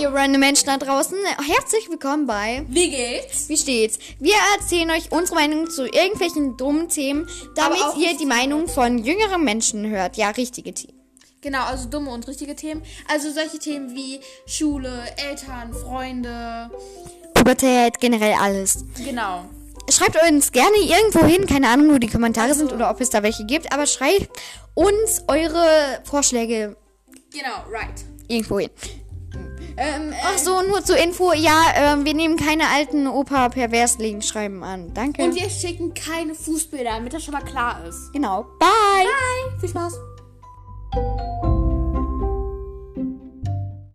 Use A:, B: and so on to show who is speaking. A: ihr random Menschen da draußen. Herzlich willkommen bei
B: Wie geht's?
A: Wie steht's? Wir erzählen euch unsere Meinung zu irgendwelchen dummen Themen, damit
B: auch
A: ihr die
B: richtige
A: Meinung von jüngeren Menschen hört. Ja, richtige Themen.
B: Genau, also dumme und richtige Themen. Also solche Themen wie Schule, Eltern, Freunde.
A: Pubertät, generell alles.
B: Genau.
A: Schreibt uns gerne irgendwo hin, keine Ahnung, wo die Kommentare sind oder ob es da welche gibt, aber schreibt uns eure Vorschläge
B: Genau, right.
A: irgendwo hin. Ach so, nur zur Info, ja, ähm, wir nehmen keine alten Opa-Perversling-Schreiben an. Danke.
B: Und wir schicken keine Fußbilder, damit das schon mal klar ist.
A: genau. Bye.
B: Bye. Viel Spaß.